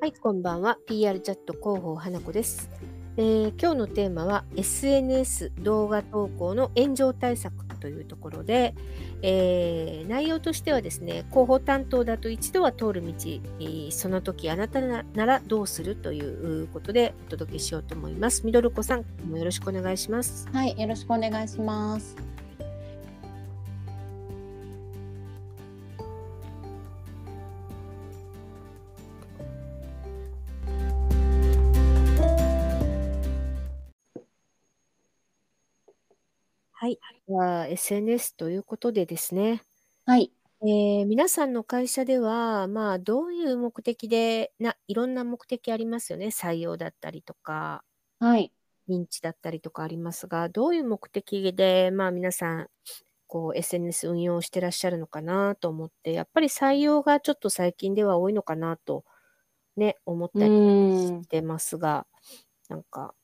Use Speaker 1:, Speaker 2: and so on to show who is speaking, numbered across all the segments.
Speaker 1: はい、こんばんは。PR チャット広報花子です、えー今日のテーマは SNS 動画投稿の炎上対策というところで、えー内容としてはですね、広報担当だと一度は通る道、えーその時あなたならどうするということでお届けしようと思います。みどるこさん、今日もよろしくお願いします。
Speaker 2: はい、よろしくお願いします。
Speaker 1: はい、では SNS ということでですね、
Speaker 2: はい、
Speaker 1: えー皆さんの会社では、まあ、どういう目的でないろんな目的ありますよね採用だったりとか
Speaker 2: はい、
Speaker 1: 認知だったりとかありますがどういう目的で、まあ、皆さんこう SNS 運用してらっしゃるのかなと思ってやっぱり採用がちょっと最近では多いのかなと、ね、思ったり
Speaker 2: ん
Speaker 1: し、てますが、なんか、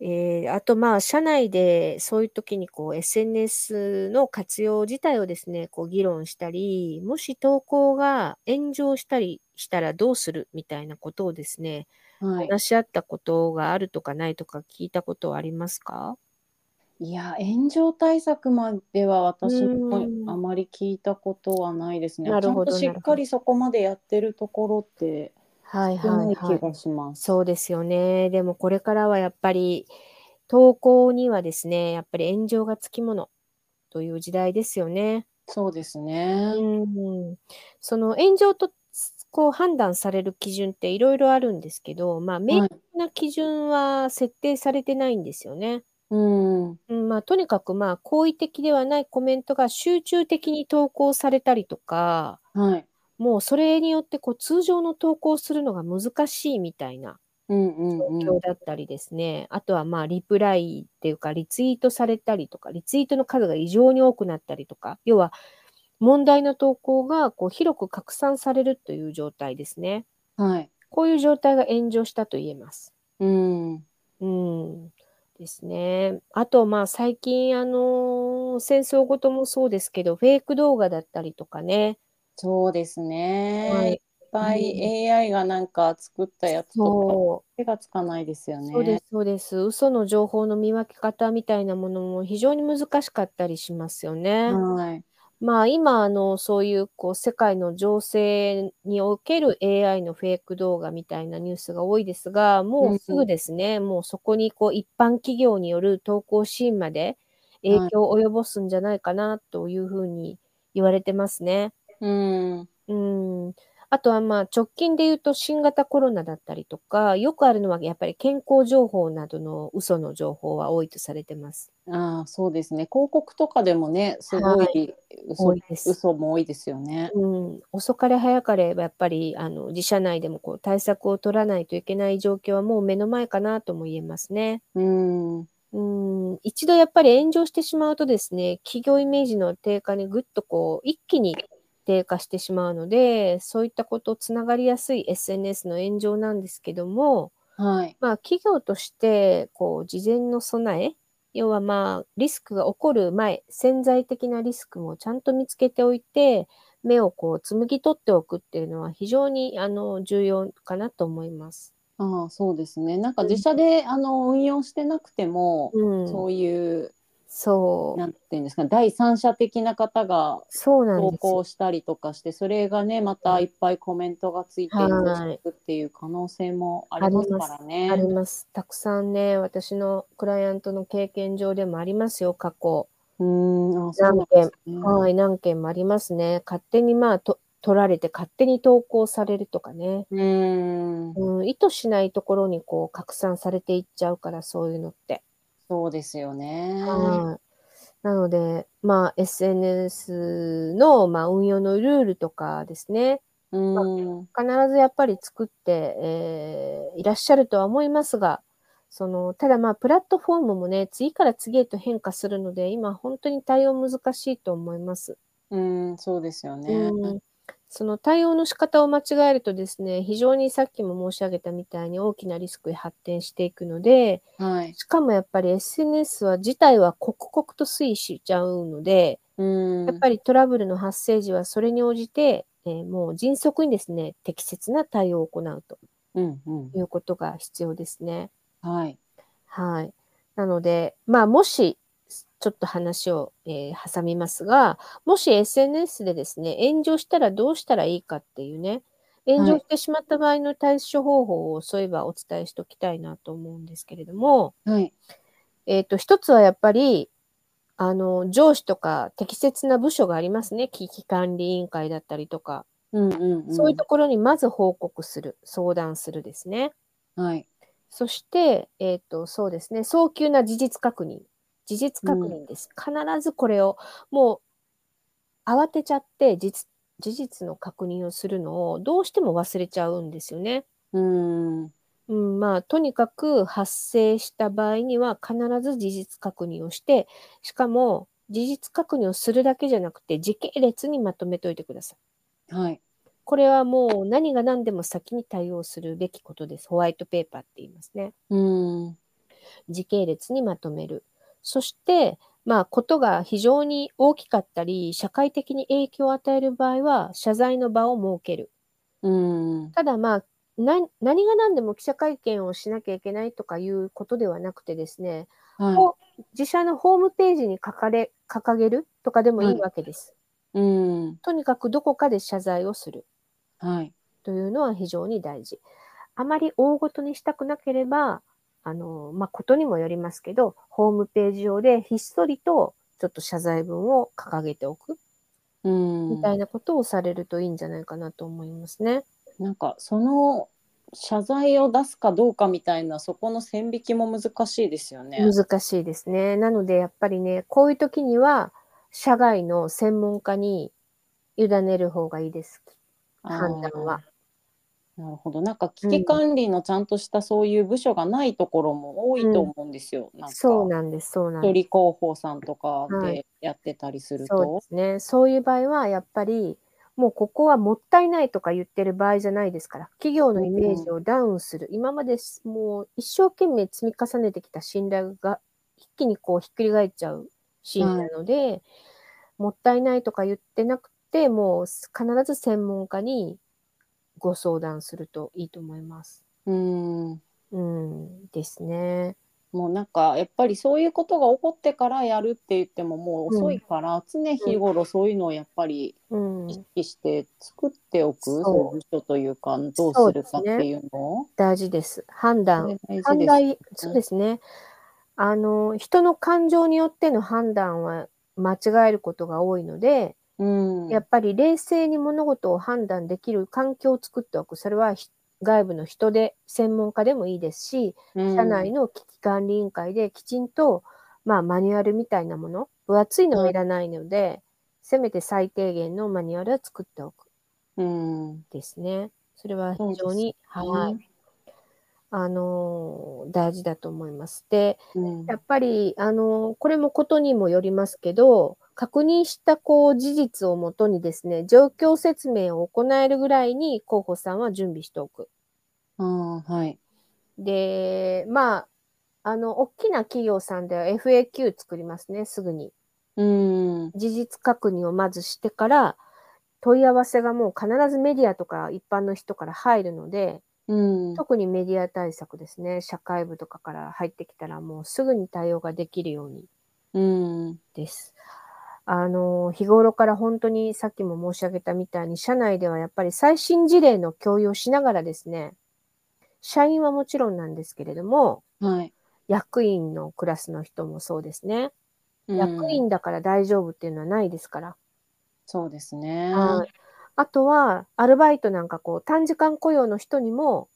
Speaker 1: えーあとまあ、社内でそういう時にこう SNS の活用自体をですね、こう議論したり、もし投稿が炎上したりしたらどうするみたいなことをですね、
Speaker 2: はい。
Speaker 1: 話し合ったことがあるとかないとか聞いたことはありますか
Speaker 2: いや、炎上対策までは私も
Speaker 1: うん
Speaker 2: あまり聞いたことはないですね。
Speaker 1: なるほど
Speaker 2: ちゃんとしっかりそこまでやってるところって
Speaker 1: はい
Speaker 2: 少ない気がします。
Speaker 1: そうですよね。でもこれからはやっぱり投稿にはですね、やっぱり炎上がつきものという時代ですよね。
Speaker 2: そうですね。
Speaker 1: うん、その炎上とこう判断される基準っていろいろあるんですけど、まあ、明
Speaker 2: は
Speaker 1: 確
Speaker 2: い、
Speaker 1: な基準は設定されてないんですよね。
Speaker 2: うん、
Speaker 1: うんまあ、とにかくまあ好意的ではないコメントが集中的に投稿されたりとか、
Speaker 2: はい、
Speaker 1: もうそれによってこう通常の投稿するのが難しいみたいな
Speaker 2: うん、うん、
Speaker 1: 状
Speaker 2: うん
Speaker 1: 況、だったりですね、あとはまあリプライっていうかリツイートされたりとか、リツイートの数が異常に多くなったりとか、要は問題の投稿がこう広く拡散されるという状態ですね。
Speaker 2: はい、
Speaker 1: こういう状態が炎上したと言えます。
Speaker 2: うん、
Speaker 1: うん。ですね。あと、まあ、最近、あのー戦争ごともそうですけど、フェイク動画だったりとかね。
Speaker 2: そうですね。
Speaker 1: はい
Speaker 2: い、っぱい AI がなんか作ったやつとか
Speaker 1: そう。
Speaker 2: 手がつかないですよね。
Speaker 1: そうです、そうです。嘘の情報の見分け方みたいなものも非常に難しかったりしますよね。
Speaker 2: はい。
Speaker 1: まあ今あのそういうこう世界の情勢における AI のフェイク動画みたいなニュースが多いですがもうすぐですね、もうそこにこう一般企業による投稿シーンまで影響を及ぼすんじゃないかなというふうに言われてますね。
Speaker 2: うん。
Speaker 1: うんあとはまあ直近で言うと新型コロナだったりとかよくあるのはやっぱり健康情報などの嘘の情報は多いとされてます。
Speaker 2: ああ、そうですね。広告とかでもね、すご
Speaker 1: はい
Speaker 2: 嘘、
Speaker 1: 多いです。
Speaker 2: 嘘も多いですよね。
Speaker 1: うん、遅かれ早かれやっぱりあの自社内でもこう対策を取らないといけない状況はもう目の前かなとも言えますね。
Speaker 2: うん。
Speaker 1: うん、一度やっぱり炎上してしまうとですね企業イメージの低下にぐっとこう一気に低下してしまうのでそういったことつながりやすい SNS の炎上なんですけども、
Speaker 2: はい。
Speaker 1: まあ、企業としてこう事前の備え要はまあリスクが起こる前潜在的なリスクもちゃんと見つけておいて目をこう紡ぎ取っておくっていうのは非常にあの重要かなと思います。
Speaker 2: ああ、そうですね。なんか自社で、あの運用してなくても、
Speaker 1: うん、
Speaker 2: そういう、
Speaker 1: そう
Speaker 2: なんていうんですか、第三者的な方が
Speaker 1: そうなん
Speaker 2: 投
Speaker 1: ですよ
Speaker 2: 稿したりとかして、それがね、またいっぱいコメントがついて
Speaker 1: はい
Speaker 2: 炎上していくっていう可能性もありますからね。
Speaker 1: あります。たくさんね、私のクライアントの経験上でもありますよ、過去。
Speaker 2: うん、ああ、そうなんですね。
Speaker 1: はい、何件もありますね。勝手にまあと取られて勝手に投稿されるとかね。
Speaker 2: うん、
Speaker 1: うん、意図しないところにこう拡散されていっちゃうからそういうのって。
Speaker 2: そうですよね。
Speaker 1: はいなので、まあ、SNS の、まあ、運用のルールとかですね
Speaker 2: うん。
Speaker 1: 必ずやっぱり作って、えーいらっしゃるとは思いますがそのただまあプラットフォームもね次から次へと変化するので今本当に対応難しいと思います。
Speaker 2: うん、そうですよね。
Speaker 1: うんその対応の仕方を間違えるとですね非常にさっきも申し上げたみたいに大きなリスクへ発展していくので
Speaker 2: はい。
Speaker 1: しかもやっぱり SNS は自体は刻々と推移しちゃうので
Speaker 2: うん。
Speaker 1: やっぱりトラブルの発生時はそれに応じてえーもう迅速にですね適切な対応を行うと
Speaker 2: うんうん
Speaker 1: いうことが必要ですね。
Speaker 2: はい
Speaker 1: はい、なので、まあ、もしちょっと話を、えー挟みますがもし SNS でですね炎上したらどうしたらいいかっていうね炎上してしまった場合の対処方法をそういえばお伝えしておきたいなと思うんですけれども、
Speaker 2: はい
Speaker 1: えー、と一つはやっぱりあの上司とか適切な部署がありますね危機管理委員会だったりとか、
Speaker 2: うんうんうん
Speaker 1: そういうところにまず報告する相談するですね。
Speaker 2: はい
Speaker 1: そして、えっ、と、そうですね、早急な事実確認。事実確認です。必ずこれを、もう、慌てちゃって実、事実の確認をするのを、どうしても忘れちゃうんですよね。
Speaker 2: うーん
Speaker 1: うん、まあ、とにかく発生した場合には、必ず事実確認をして、しかも、事実確認をするだけじゃなくて、時系列にまとめておいてください。
Speaker 2: はい
Speaker 1: これはもう何が何でも先に対応するべきことです。ホワイトペーパーって言いますね。
Speaker 2: うーん
Speaker 1: 時系列にまとめる。そして、まあ、ことが非常に大きかったり、社会的に影響を与える場合は、謝罪の場を設ける。
Speaker 2: うーん
Speaker 1: ただ、まあ、な何が何でも記者会見をしなきゃいけないとかいうことではなくてですね、
Speaker 2: は
Speaker 1: こ自社のホームページに書かれ掲げるとかでもいいわけです。
Speaker 2: いうーん
Speaker 1: とにかくどこかで謝罪をする
Speaker 2: はい
Speaker 1: というのは非常に大事。あまり大ごとにしたくなければ、あの、まあ、ことにもよりますけど、ホームページ上でひっそりとちょっと謝罪文を掲げておく
Speaker 2: うー
Speaker 1: み
Speaker 2: ん
Speaker 1: たいなことをされるといいんじゃないかなと思いますね。
Speaker 2: なんかその謝罪を出すかどうかみたいなそこの線引きも難しいですよね。
Speaker 1: 難しいですね。なので、やっぱりね、こういう時には、社外の専門家に委ねる方がいいです。
Speaker 2: あー
Speaker 1: 判断は。
Speaker 2: なるほど。なんか危機管理のちゃんとしたそういう部署がないところも多いと思うんですよ。なんか
Speaker 1: そうなんです、そうなんです
Speaker 2: 一人広報さんとか
Speaker 1: は
Speaker 2: でやってたりする
Speaker 1: そう
Speaker 2: と
Speaker 1: で。すね。そういう場合は、やっぱり、もうここはもったいないとか言ってる場合じゃないですから、企業のイメージをダウンする。今までしもう一生懸命積み重ねてきた信頼が一気にこうひっくり返っちゃうシーンなので、もったいないとか言ってなくて、もう必ず専門家にご相談するといいと思います。
Speaker 2: うーん
Speaker 1: うん、ですね。
Speaker 2: もうなんかやっぱりそういうことが起こってからやるって言ってももう遅いから、常日頃そういうのをやっぱり
Speaker 1: うん、
Speaker 2: 意識して作っておく、
Speaker 1: そう
Speaker 2: そういう部署というかどうするかっていうのを。
Speaker 1: 大事です。判断。
Speaker 2: それ大
Speaker 1: 判
Speaker 2: 事です
Speaker 1: 断、そうですね。あの、人の感情によっての判断は間違えることが多いので、
Speaker 2: うん
Speaker 1: やっぱり冷静に物事を判断できる環境を作っておく。それはひ外部の人で、専門家でもいいですし、社内の危機管理委員会できちんと、まあ、マニュアルみたいなもの、分厚いのはいらないので、せめて最低限のマニュアルは作っておく
Speaker 2: うん、うん
Speaker 1: ですね。それは非
Speaker 2: そ
Speaker 1: 常
Speaker 2: う
Speaker 1: に、はい。あのー大事だと思います。で、
Speaker 2: うん
Speaker 1: やっぱり、あのーこれもことにもよりますけど、確認したこう事実をもとにですね、状況説明を行えるぐらいに候補さんは準備しておく。
Speaker 2: あーはい。
Speaker 1: で、まあ、あの、大きな企業さんでは FAQ 作りますね、すぐに。
Speaker 2: うん。
Speaker 1: 事実確認をまずしてから、問い合わせがもう必ずメディアとか一般の人から入るので、
Speaker 2: うん。
Speaker 1: 特にメディア対策ですね、社会部とかから入ってきたら、もうすぐに対応ができるように
Speaker 2: うん。
Speaker 1: です。あの日頃から本当にさっきも申し上げたみたいに、社内ではやっぱり最新事例の共有をしながらですね、社員はもちろんなんですけれども、
Speaker 2: はい。
Speaker 1: 役員のクラスの人もそうですね。
Speaker 2: うん
Speaker 1: 役員だから大丈夫っていうのはないですから。
Speaker 2: そうですね。
Speaker 1: はいあとは、アルバイトなんかこう、短時間雇用の人にも、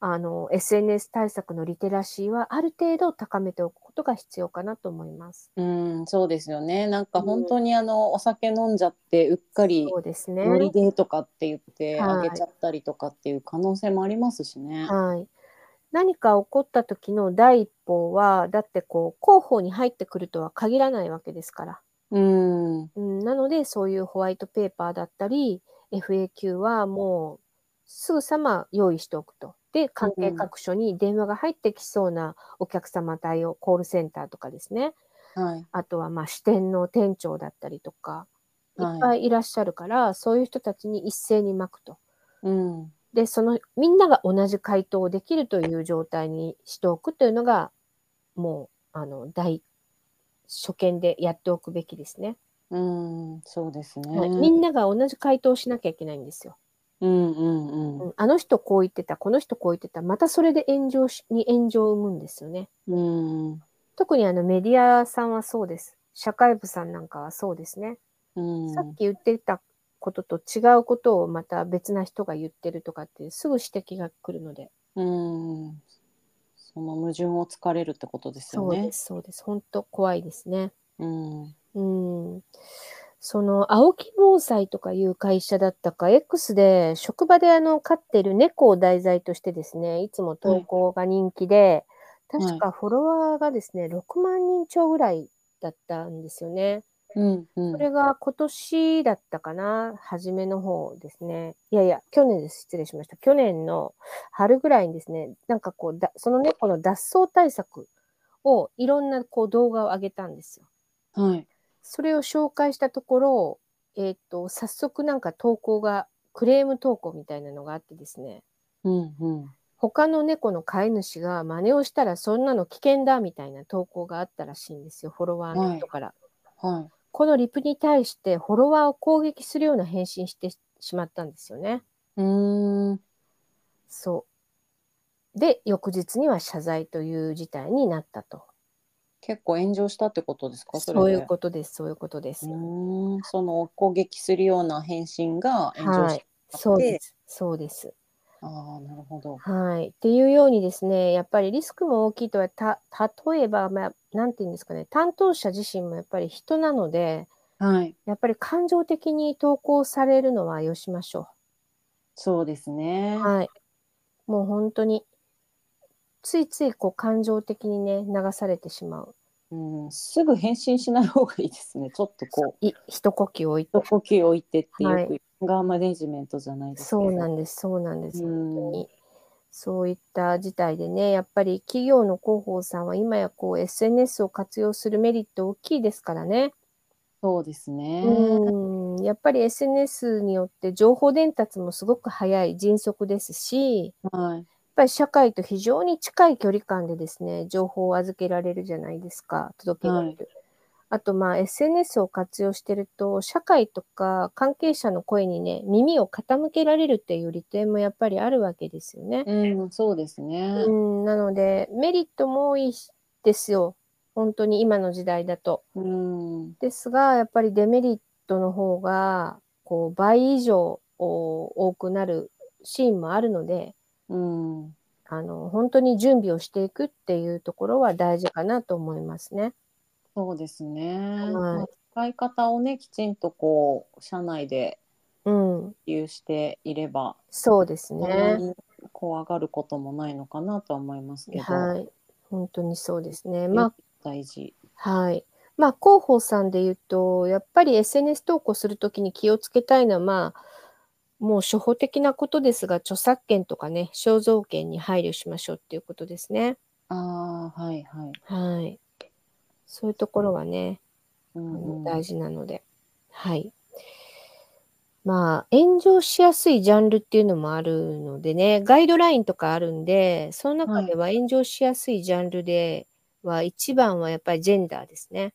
Speaker 1: あの、SNS 対策のリテラシーはある程度高めておくことが必要かなと思います。
Speaker 2: うん、そうですよね。なんか
Speaker 1: うん
Speaker 2: 本当にあの、お酒飲んじゃってうっかり
Speaker 1: そうですね。
Speaker 2: ノリでとかって言ってあ
Speaker 1: はい
Speaker 2: げちゃったりとかっていう可能性もありますしね。
Speaker 1: はい。何か起こった時の第一報は、だってこう、広報に入ってくるとは限らないわけですから。
Speaker 2: うん。
Speaker 1: うん、なので、そういうホワイトペーパーだったり、FAQ はもう、すぐさま用意しておくと。で、関係各所に電話が入ってきそうなお客様対応、コールセンターとかですね。
Speaker 2: はい。
Speaker 1: あとは、まあ、支店の店長だったりとか、いっぱいいらっしゃるから、そういう人たちに一斉に巻くと。
Speaker 2: うん
Speaker 1: で、そのみんなが同じ回答をできるという状態にしておくというのが、もう、あの、第初見でやっておくべきですね。
Speaker 2: うんそうですね。
Speaker 1: はいみんなが同じ回答をしなきゃいけないんですよ。
Speaker 2: う
Speaker 1: う
Speaker 2: んうんうん
Speaker 1: んあの人こう言ってた、この人こう言ってた、またそれで炎上しに炎上を生むんですよね。
Speaker 2: うん
Speaker 1: 特にあのメディアさんはそうです。社会部さんなんかはそうですね。
Speaker 2: うん
Speaker 1: さっき言ってたことと違うことをまた別な人が言ってるとかってすぐ指摘が来るので。
Speaker 2: うんその矛盾をつかれるってことですよ
Speaker 1: そう
Speaker 2: ね。
Speaker 1: です、そうです。本当怖いですね。
Speaker 2: うん
Speaker 1: うん。その、青木防災とかいう会社だったか、X で職場であの飼ってる猫を題材としてですね、いつも投稿が人気で、
Speaker 2: はい
Speaker 1: 確かフォロワーがですね、6万人超ぐらいだったんですよね。
Speaker 2: うんうん
Speaker 1: それが今年だったかな、初めの方ですね。いやいや、去年です。失礼しました。去年の春ぐらいにですね、なんかこう、だその猫の脱走対策をいろんなこう動画を上げたんですよ。
Speaker 2: はい。
Speaker 1: それを紹介したところ、えっ、と、早速なんか投稿が、クレーム投稿みたいなのがあってですね、
Speaker 2: うんうん
Speaker 1: 他の猫の飼い主が真似をしたらそんなの危険だみたいな投稿があったらしいんですよ、フォロワーの人から。
Speaker 2: はい。
Speaker 1: このリプに対してフォロワーを攻撃するような返信してしまったんですよね。
Speaker 2: うーん
Speaker 1: そう。で、翌日には謝罪という事態になったと。
Speaker 2: 結構炎上したってことですかそれ
Speaker 1: そうい
Speaker 2: で
Speaker 1: うことです、そういうことです。
Speaker 2: うーんその攻撃するような返信が炎上
Speaker 1: は
Speaker 2: し
Speaker 1: い
Speaker 2: た。
Speaker 1: そうです。そうです。
Speaker 2: ああなるほど。
Speaker 1: はい。っていうようにですね、やっぱりリスクも大きいとは、た例えば、まあ、なんて言うんですかね、担当者自身もやっぱり人なので、
Speaker 2: はい。
Speaker 1: やっぱり感情的に投稿されるのはよしましょう。
Speaker 2: そうですね。
Speaker 1: はい。もう本当に、ついついこう感情的にね、流されてしまう。
Speaker 2: うんすぐ返信しない方がいいですね。ちょっとこう
Speaker 1: い一呼吸置いて
Speaker 2: 一。呼吸置いてって
Speaker 1: はい
Speaker 2: よくガーマネジメントじゃないですけど。
Speaker 1: そうなんです、そうなんです。
Speaker 2: うん
Speaker 1: 本当に。そういった事態でね、やっぱり企業の広報さんは今やこう SNS を活用するメリット大きいですからね。
Speaker 2: そうですね。
Speaker 1: うん、やっぱり SNS によって情報伝達もすごく早い、迅速ですし、やっ
Speaker 2: はい。
Speaker 1: ぱり社会と非常に近い距離感でですね、情報を預けられるじゃないですか、届けられる。
Speaker 2: はい
Speaker 1: あと、まあ、SNS を活用してると、社会とか関係者の声にね、耳を傾けられるっていう利点もやっぱりあるわけですよね。
Speaker 2: うんそうですね。
Speaker 1: うん、なので、メリットも多いですよ。本当に今の時代だと。
Speaker 2: うん
Speaker 1: ですが、やっぱりデメリットの方が、こう、倍以上お多くなるシーンもあるので、
Speaker 2: うん
Speaker 1: あの、本当に準備をしていくっていうところは大事かなと思いますね。
Speaker 2: そうですね。
Speaker 1: い
Speaker 2: まあ使い方をねきちんとこう社内で
Speaker 1: うん、
Speaker 2: 有していれば、
Speaker 1: そうです
Speaker 2: そんな
Speaker 1: ね。
Speaker 2: に怖がることもないのかなとは思いますけど、
Speaker 1: はい、本当にそうですね。ま
Speaker 2: 大事。
Speaker 1: あ、はい。まあ、広報さんで言うと、やっぱり SNS 投稿するときに気をつけたいのは、まあ、もう初歩的なことですが、著作権とかね、肖像権に配慮しましょうっていうことですね。
Speaker 2: ああはいはい。
Speaker 1: はい。そういうところはね、
Speaker 2: う
Speaker 1: あの
Speaker 2: んうん、
Speaker 1: 大事なので。はい。まあ、炎上しやすいジャンルっていうのもあるのでね、ガイドラインとかあるんで、その中では炎上しやすいジャンルでは、一番はやっぱりジェンダーですね。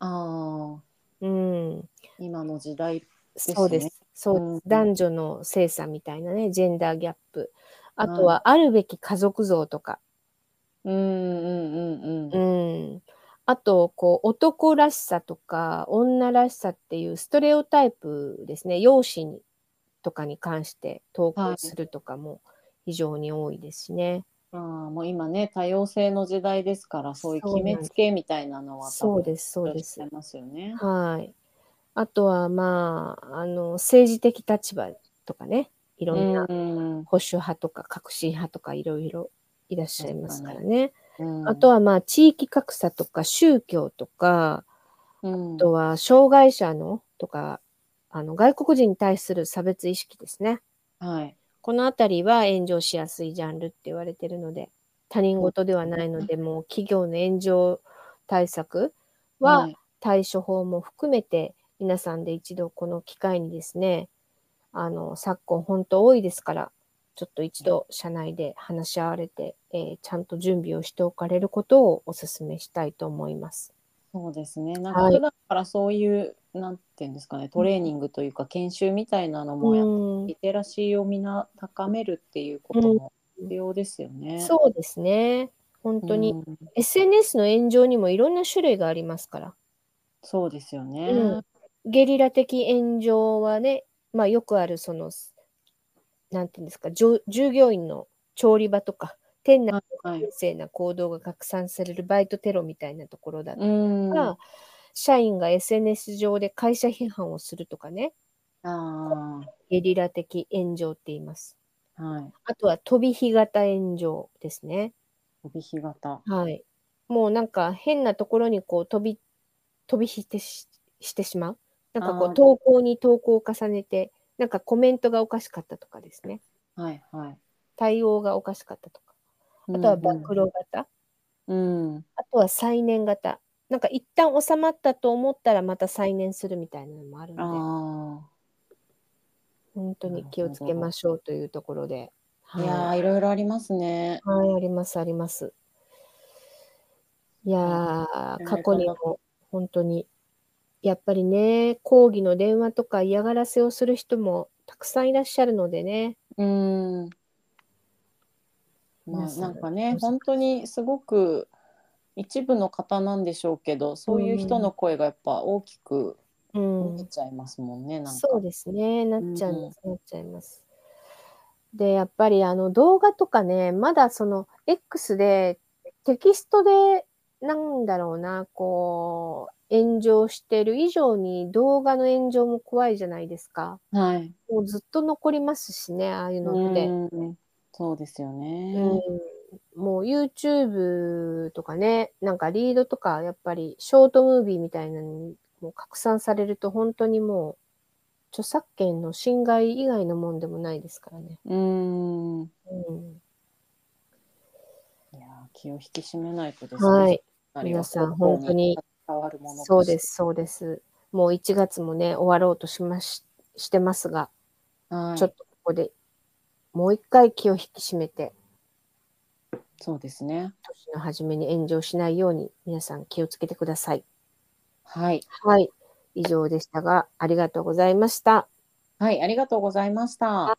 Speaker 2: ああ
Speaker 1: うん。
Speaker 2: 今の時代。すね
Speaker 1: そうです。そう
Speaker 2: うん
Speaker 1: 男女の性差みたいなね、ジェンダーギャップ。あと
Speaker 2: は
Speaker 1: は、あるべき家族像とか。
Speaker 2: うんうんうんう。
Speaker 1: うんん。あと、こう、男らしさとか、女らしさっていうストレオタイプですね。容姿にとかに関して投稿するとかも非常に多いですしね。
Speaker 2: ああもう今ね多様性の時代ですからそういう決めつけみたいなのは
Speaker 1: そうです、そうで
Speaker 2: い
Speaker 1: す
Speaker 2: らっしゃ。いますよね。
Speaker 1: はい。あとは、まあ、あの、政治的立場とかね、いうろん
Speaker 2: ん
Speaker 1: な
Speaker 2: うん
Speaker 1: 保守派とか革新派とかいろいろいらっしゃいますからね。
Speaker 2: うん。
Speaker 1: あとは、まあ、地域格差とか宗教とか、
Speaker 2: うん
Speaker 1: あとは障害者のとかあの外国人に対する差別意識ですね。
Speaker 2: はい。
Speaker 1: この辺りは炎上しやすいジャンルって言われてるので他人事ではないのでもう企業の炎上対策は対処法も含めて皆さんで一度この機会にですね、あの、昨今本当多いですから、ちょっと一度社内で話し合われて、えーちゃんと準備をしておかれることをお勧めしたいと思います。
Speaker 2: そうですね。なん
Speaker 1: は
Speaker 2: か
Speaker 1: い
Speaker 2: 普段からそういう、なんていうんですかね、トレーニングというか研修みたいなのもやっぱ
Speaker 1: うん
Speaker 2: リテラシーをみんな高めるっていうことも必要ですよね。
Speaker 1: そうですね。本
Speaker 2: うん
Speaker 1: 当に、。SNS の炎上にもいろんな種類がありますから。
Speaker 2: そうですよね。
Speaker 1: うんゲリラ的炎上はね、まあ、よくあるその、なんていうんですか、じょ従業員の調理場とか、店内の
Speaker 2: はい
Speaker 1: 不。正な行動が拡散されるバイトテロみたいなところだと
Speaker 2: うん。
Speaker 1: か、社員が SNS 上で会社批判をするとかね、
Speaker 2: あ
Speaker 1: ゲリラ的炎上って言います。
Speaker 2: あ、はい。
Speaker 1: あとは飛び火型炎上ですね。
Speaker 2: 帯日型。
Speaker 1: はい。もうなんか変なところにこう飛び、飛び火してししてしまう。なんかこ
Speaker 2: あ
Speaker 1: う
Speaker 2: ー
Speaker 1: 投稿に投稿を重ねて、なんかコメントがおかしかったとかですね。
Speaker 2: はいはい。
Speaker 1: 対応がおかしかったとか。あとは暴露型。
Speaker 2: うんうん。
Speaker 1: あとは再燃型。なんか一旦収まったと思ったらまた再燃するみたいなのもある
Speaker 2: うん。
Speaker 1: ので、
Speaker 2: あ
Speaker 1: 本当に気をつけましょうというところで。
Speaker 2: あ。
Speaker 1: はい
Speaker 2: やー、いろいろありますね。
Speaker 1: はい、あります、あります。いやー、過去にも本当に、やっぱりね、抗議の電話とか嫌がらせをする人もたくさんいらっしゃるのでね。
Speaker 2: うん。ま
Speaker 1: 皆
Speaker 2: あ、
Speaker 1: さ
Speaker 2: なんんかね
Speaker 1: どうぞ、
Speaker 2: 本当にすごく一部の方なんでしょうけど、そういう人の声がやっぱ大きく
Speaker 1: う
Speaker 2: なっ
Speaker 1: ん、
Speaker 2: ちゃいますもんね、なんか。
Speaker 1: そうですね、なっちゃい
Speaker 2: うんう
Speaker 1: ま
Speaker 2: ん
Speaker 1: す、なっちゃいます。で、やっぱりあの動画とかね、まだその X でテキストで、なんだろうな、こう、炎上してる以上に動画の炎上も怖いじゃないですか。
Speaker 2: はい。
Speaker 1: もうずっと残りますしね、ああいうのって。
Speaker 2: うん。そうですよ
Speaker 1: うん
Speaker 2: ね。
Speaker 1: もう YouTube とかね、なんかリードとか、やっぱりショートムービーみたいなのにもう拡散されると、本当にもう著作権の侵害以外のもんでもないですからね。
Speaker 2: うん。
Speaker 1: うん
Speaker 2: いやー、気を引き締めないとですね。
Speaker 1: はい、
Speaker 2: かなり
Speaker 1: 皆さん
Speaker 2: 若い方
Speaker 1: 本当に
Speaker 2: 関わるものとして
Speaker 1: そうです、そうです。もう1月もね、終わろうとしまししてますが、
Speaker 2: はい
Speaker 1: ちょっとここでもう一回気を引き締めて、
Speaker 2: そうですね。
Speaker 1: 年の初めに炎上しないように、皆さん気をつけてください。
Speaker 2: はい。
Speaker 1: はい。以上でしたが、ありがとうございました。
Speaker 2: はい、ありがとうございました。